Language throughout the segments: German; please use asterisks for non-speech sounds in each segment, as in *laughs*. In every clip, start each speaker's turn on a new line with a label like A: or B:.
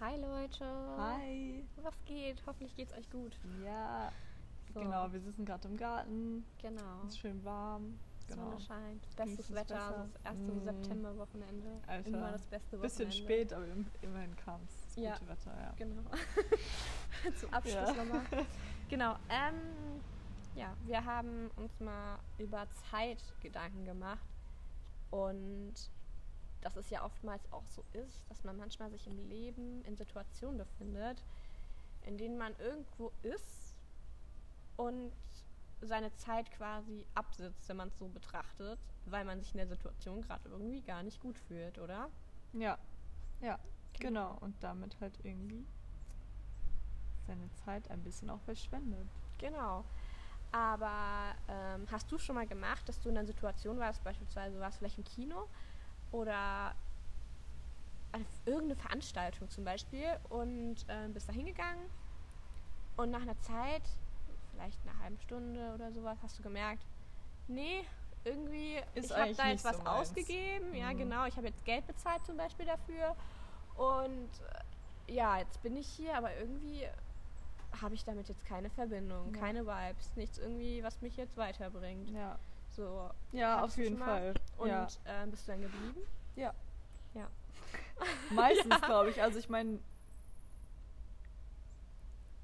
A: Hi Leute.
B: Hi.
A: Was geht? Hoffentlich geht's euch gut.
B: Ja,
A: So.
B: genau, wir sitzen gerade im Garten.
A: Genau.
B: Es ist schön warm.
A: Die
B: Genau.
A: Sonne scheint. Bestes
B: Nächstes
A: Wetter.
B: besser.
A: Also das erste
B: Mm.
A: September-Wochenende.
B: Alter.
A: Immer das beste Wochenende.
B: Bisschen spät, aber im- immerhin kam es.
A: Ja.
B: Gute Wetter, ja.
A: Genau.
B: *laughs*
A: *laughs* Zum Abschluss
B: Ja.
A: nochmal. Genau. Ähm, ja, wir haben uns mal über Zeit Gedanken gemacht. Und dass es ja oftmals auch so ist, dass man manchmal sich im Leben in Situationen befindet, in denen man irgendwo ist und seine Zeit quasi absitzt, wenn man es so betrachtet, weil man sich in der Situation gerade irgendwie gar nicht gut fühlt, oder?
B: Ja, ja, genau. Und damit halt irgendwie seine Zeit ein bisschen auch verschwendet.
A: Genau. Aber ähm, hast du schon mal gemacht, dass du in einer Situation warst, beispielsweise warst du vielleicht im Kino oder auf irgendeine Veranstaltung zum Beispiel und ähm, bist da hingegangen und nach einer Zeit, vielleicht nach einer halben Stunde oder sowas, hast du gemerkt, nee, irgendwie,
B: Ist
A: ich habe
B: eigentlich
A: da jetzt
B: nicht
A: was
B: so meins.
A: ausgegeben, ja
B: Mhm.
A: genau, ich habe jetzt Geld bezahlt zum Beispiel dafür und äh, ja, jetzt bin ich hier, aber irgendwie habe ich damit jetzt keine Verbindung,
B: Ja.
A: keine Vibes, nichts irgendwie, was mich jetzt weiterbringt.
B: Ja,
A: So.
B: ja
A: Hattest
B: auf
A: du
B: jeden
A: schon mal?
B: Fall.
A: Und
B: ja.
A: ähm, bist du dann geblieben?
B: Ja.
A: Ja.
B: *laughs*
A: *laughs*
B: Meistens, glaube ich. Also ich meine,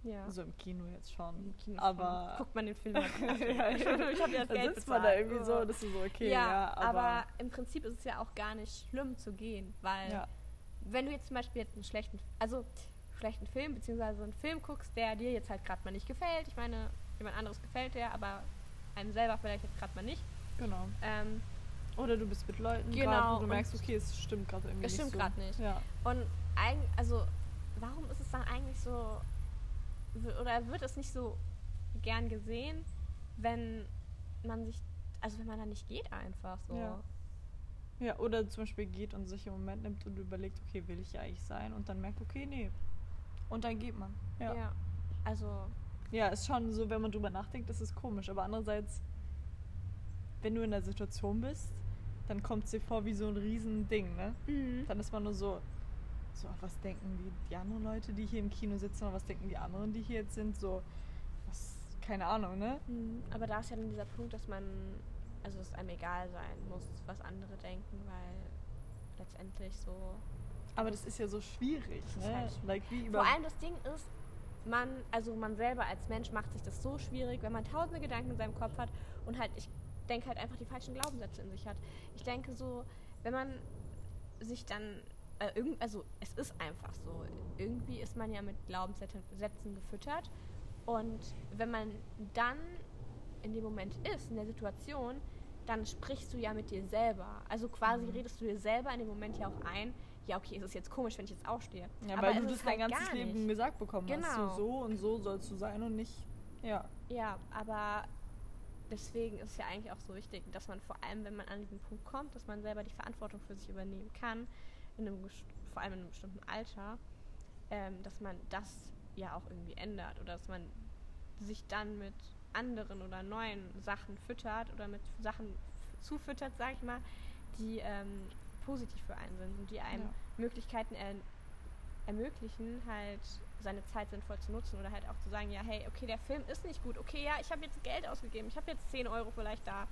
A: Ja.
B: so im Kino jetzt schon.
A: Im Kino
B: aber *laughs*
A: schon. guckt man den Film. an.
B: ja, ja.
A: *laughs* ich habe ja das
B: dann
A: Geld
B: sitzt man
A: bezahlt.
B: da
A: Oh.
B: irgendwie so, das ist so okay.
A: ja,
B: Ja,
A: aber, im Prinzip ist es ja auch gar nicht schlimm zu gehen, weil
B: ja,
A: wenn du jetzt zum Beispiel jetzt einen schlechten, also schlechten Film beziehungsweise einen Film guckst, der dir jetzt halt gerade mal nicht gefällt. Ich meine, jemand anderes gefällt der, aber einem selber vielleicht jetzt gerade mal nicht.
B: genau.
A: Ähm,
B: Oder du bist mit Leuten
A: Genau,
B: grad, wo du
A: und-
B: merkst, okay, es stimmt gerade irgendwie
A: Es
B: nicht
A: stimmt
B: so.
A: grad nicht.
B: Ja.
A: Und eigentlich, also warum ist es dann eigentlich so, w- oder wird es nicht so gern gesehen, wenn man sich, also wenn man da nicht geht einfach so.
B: Ja. ja, oder zum Beispiel geht und sich im Moment nimmt und überlegt, okay, will ich hier eigentlich sein? Und dann merkt, okay, nee. Und dann geht man. Ja. ja.
A: Also,
B: ist schon so, wenn man drüber nachdenkt, ist es komisch. Aber andererseits, wenn du in der Situation bist, dann kommt es dir vor wie so ein Riesending, ne? Dann ist man nur so, so, was denken die, die anderen Leute, die hier im Kino sitzen, oder was denken die anderen, die hier jetzt sind, so, was, keine Ahnung, ne?
A: Mhm. aber da ist ja dann dieser Punkt, dass man, also es einem egal sein muss, was andere denken, weil letztendlich so
B: Aber das ist ja so schwierig,
A: Das ist
B: ne?
A: halt schwierig.
B: like, wie über
A: Vor allem das Ding ist, man, also man selber als Mensch macht sich das so schwierig, wenn man tausende Gedanken in seinem Kopf hat und halt, ich denke halt einfach die falschen Glaubenssätze in sich hat. Ich denke so, wenn man sich dann, äh, irgend, also es ist einfach so, irgendwie ist man ja mit Glaubenssätzen Sätzen gefüttert und wenn man dann in dem Moment ist, in der Situation, dann sprichst du ja mit dir selber. Also quasi
B: Mhm.
A: redest du dir selber in dem Moment ja auch ein, ja okay, es ist jetzt komisch, wenn ich jetzt aufstehe.
B: Ja, weil
A: es
B: du
A: ist
B: das dein
A: halt
B: ganzes
A: gar
B: Leben
A: nicht.
B: gesagt bekommen
A: Genau.
B: hast. So, so und so sollst du sein und nicht. Ja.
A: Ja, aber deswegen ist es ja eigentlich auch so wichtig, dass man vor allem, wenn man an diesen Punkt kommt, dass man selber die Verantwortung für sich übernehmen kann, in einem, gest- vor allem in einem bestimmten Alter, ähm, dass man das ja auch irgendwie ändert oder dass man sich dann mit anderen oder neuen Sachen füttert oder mit Sachen f- zufüttert, sag ich mal, die ähm, positiv für einen sind und die einem
B: Ja.
A: Möglichkeiten er ermöglichen, halt seine Zeit sinnvoll zu nutzen oder halt auch zu sagen, ja, hey, okay, der Film ist nicht gut, okay, ja, ich habe jetzt Geld ausgegeben, ich habe jetzt 10 Euro vielleicht da,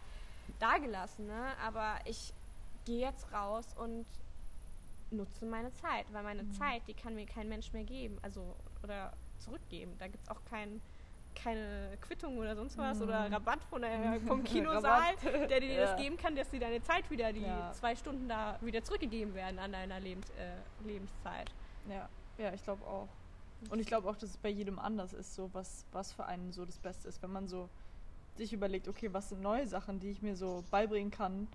A: da gelassen, ne? aber ich gehe jetzt raus und nutze meine Zeit, weil meine
B: Mhm.
A: Zeit, die kann mir kein Mensch mehr geben, also oder zurückgeben. Da gibt es auch keinen keine Quittung oder sonst was
B: Mhm.
A: oder Rabatt von
B: *laughs*
A: der, vom
B: Rabatt.
A: Kinosaal, der dir das
B: Ja.
A: geben kann, dass dir deine Zeit wieder, die
B: Ja.
A: zwei Stunden da wieder zurückgegeben werden an deiner Lebens, äh, Lebenszeit.
B: Ja, ja ich glaube auch. Und ich glaube auch, dass es bei jedem anders ist, so was, was für einen so das Beste ist. Wenn man so sich überlegt, okay, was sind neue Sachen, die ich mir so beibringen kann,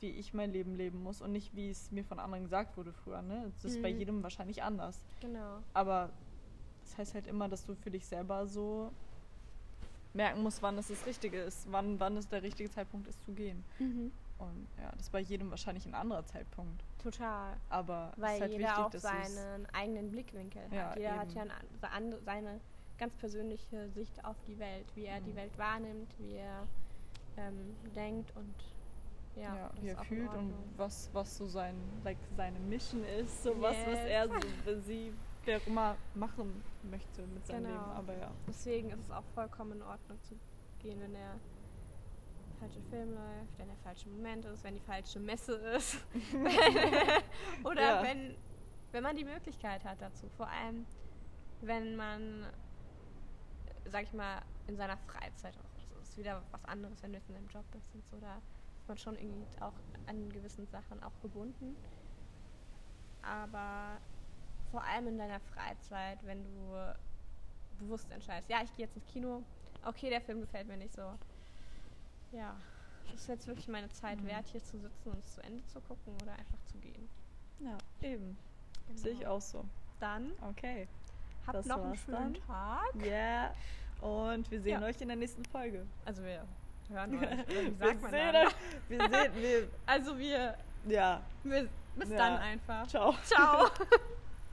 B: wie ich mein Leben leben muss und nicht, wie es mir von anderen gesagt wurde früher. Ne? Das ist bei
A: Mhm.
B: jedem wahrscheinlich anders.
A: Genau.
B: Aber das heißt halt immer, dass du für dich selber so merken musst, wann es das Richtige ist, wann, wann es der richtige Zeitpunkt ist zu gehen.
A: Mhm.
B: Und ja, das ist bei jedem wahrscheinlich ein anderer Zeitpunkt.
A: Total.
B: Aber es
A: Weil
B: ist halt
A: jeder
B: wichtig,
A: auch
B: dass du's-
A: seinen eigenen Blickwinkel
B: Ja,
A: hat. Jeder hat
B: eben.
A: ja ein an- se- ande- seine ganz persönliche Sicht auf die Welt, wie er die
B: Mhm.
A: Welt wahrnimmt, wie er ähm, denkt und Ja, das
B: wie
A: ist
B: er
A: auch in
B: fühlt und
A: Ordnung.
B: was, was so sein, like, seine Mission ist, so was, was
A: *laughs*
B: er
A: Yes.
B: so, sie, wer auch immer, machen möchte mit seinem
A: Genau.
B: Leben. Aber ja.
A: Deswegen ist es auch vollkommen in Ordnung zu gehen, wenn der falsche Film läuft, wenn der falsche Moment ist, wenn die falsche Messe ist. Oder
B: Ja.
A: wenn, wenn man die Möglichkeit hat dazu. Vor allem, wenn man, sag ich mal, in seiner Freizeit auch. Das ist wieder was anderes, wenn du jetzt in einem Job bist und so. Da ist man schon irgendwie auch an gewissen Sachen auch gebunden. Aber vor allem in deiner Freizeit, wenn du bewusst entscheidest, ja, ich gehe jetzt ins Kino, okay, der Film gefällt mir nicht so. Ja, es ist jetzt wirklich meine Zeit
B: Mhm.
A: wert, hier zu sitzen und es zu Ende zu gucken oder einfach zu gehen.
B: Ja, eben.
A: Genau.
B: Sehe ich auch so.
A: Dann
B: Okay.
A: habt
B: Das
A: noch einen
B: war's
A: schönen
B: dann.
A: Tag.
B: Yeah. Und wir sehen
A: Ja.
B: euch in der nächsten Folge.
A: Also wir
B: *laughs*
A: hören euch. Oder Wie
B: wir,
A: sagt man
B: sehen
A: dann?
B: euch, wir sehen, wir,
A: Also wir,
B: ja,
A: wir bis
B: Ja.
A: dann einfach.
B: ciao.
A: Ciao.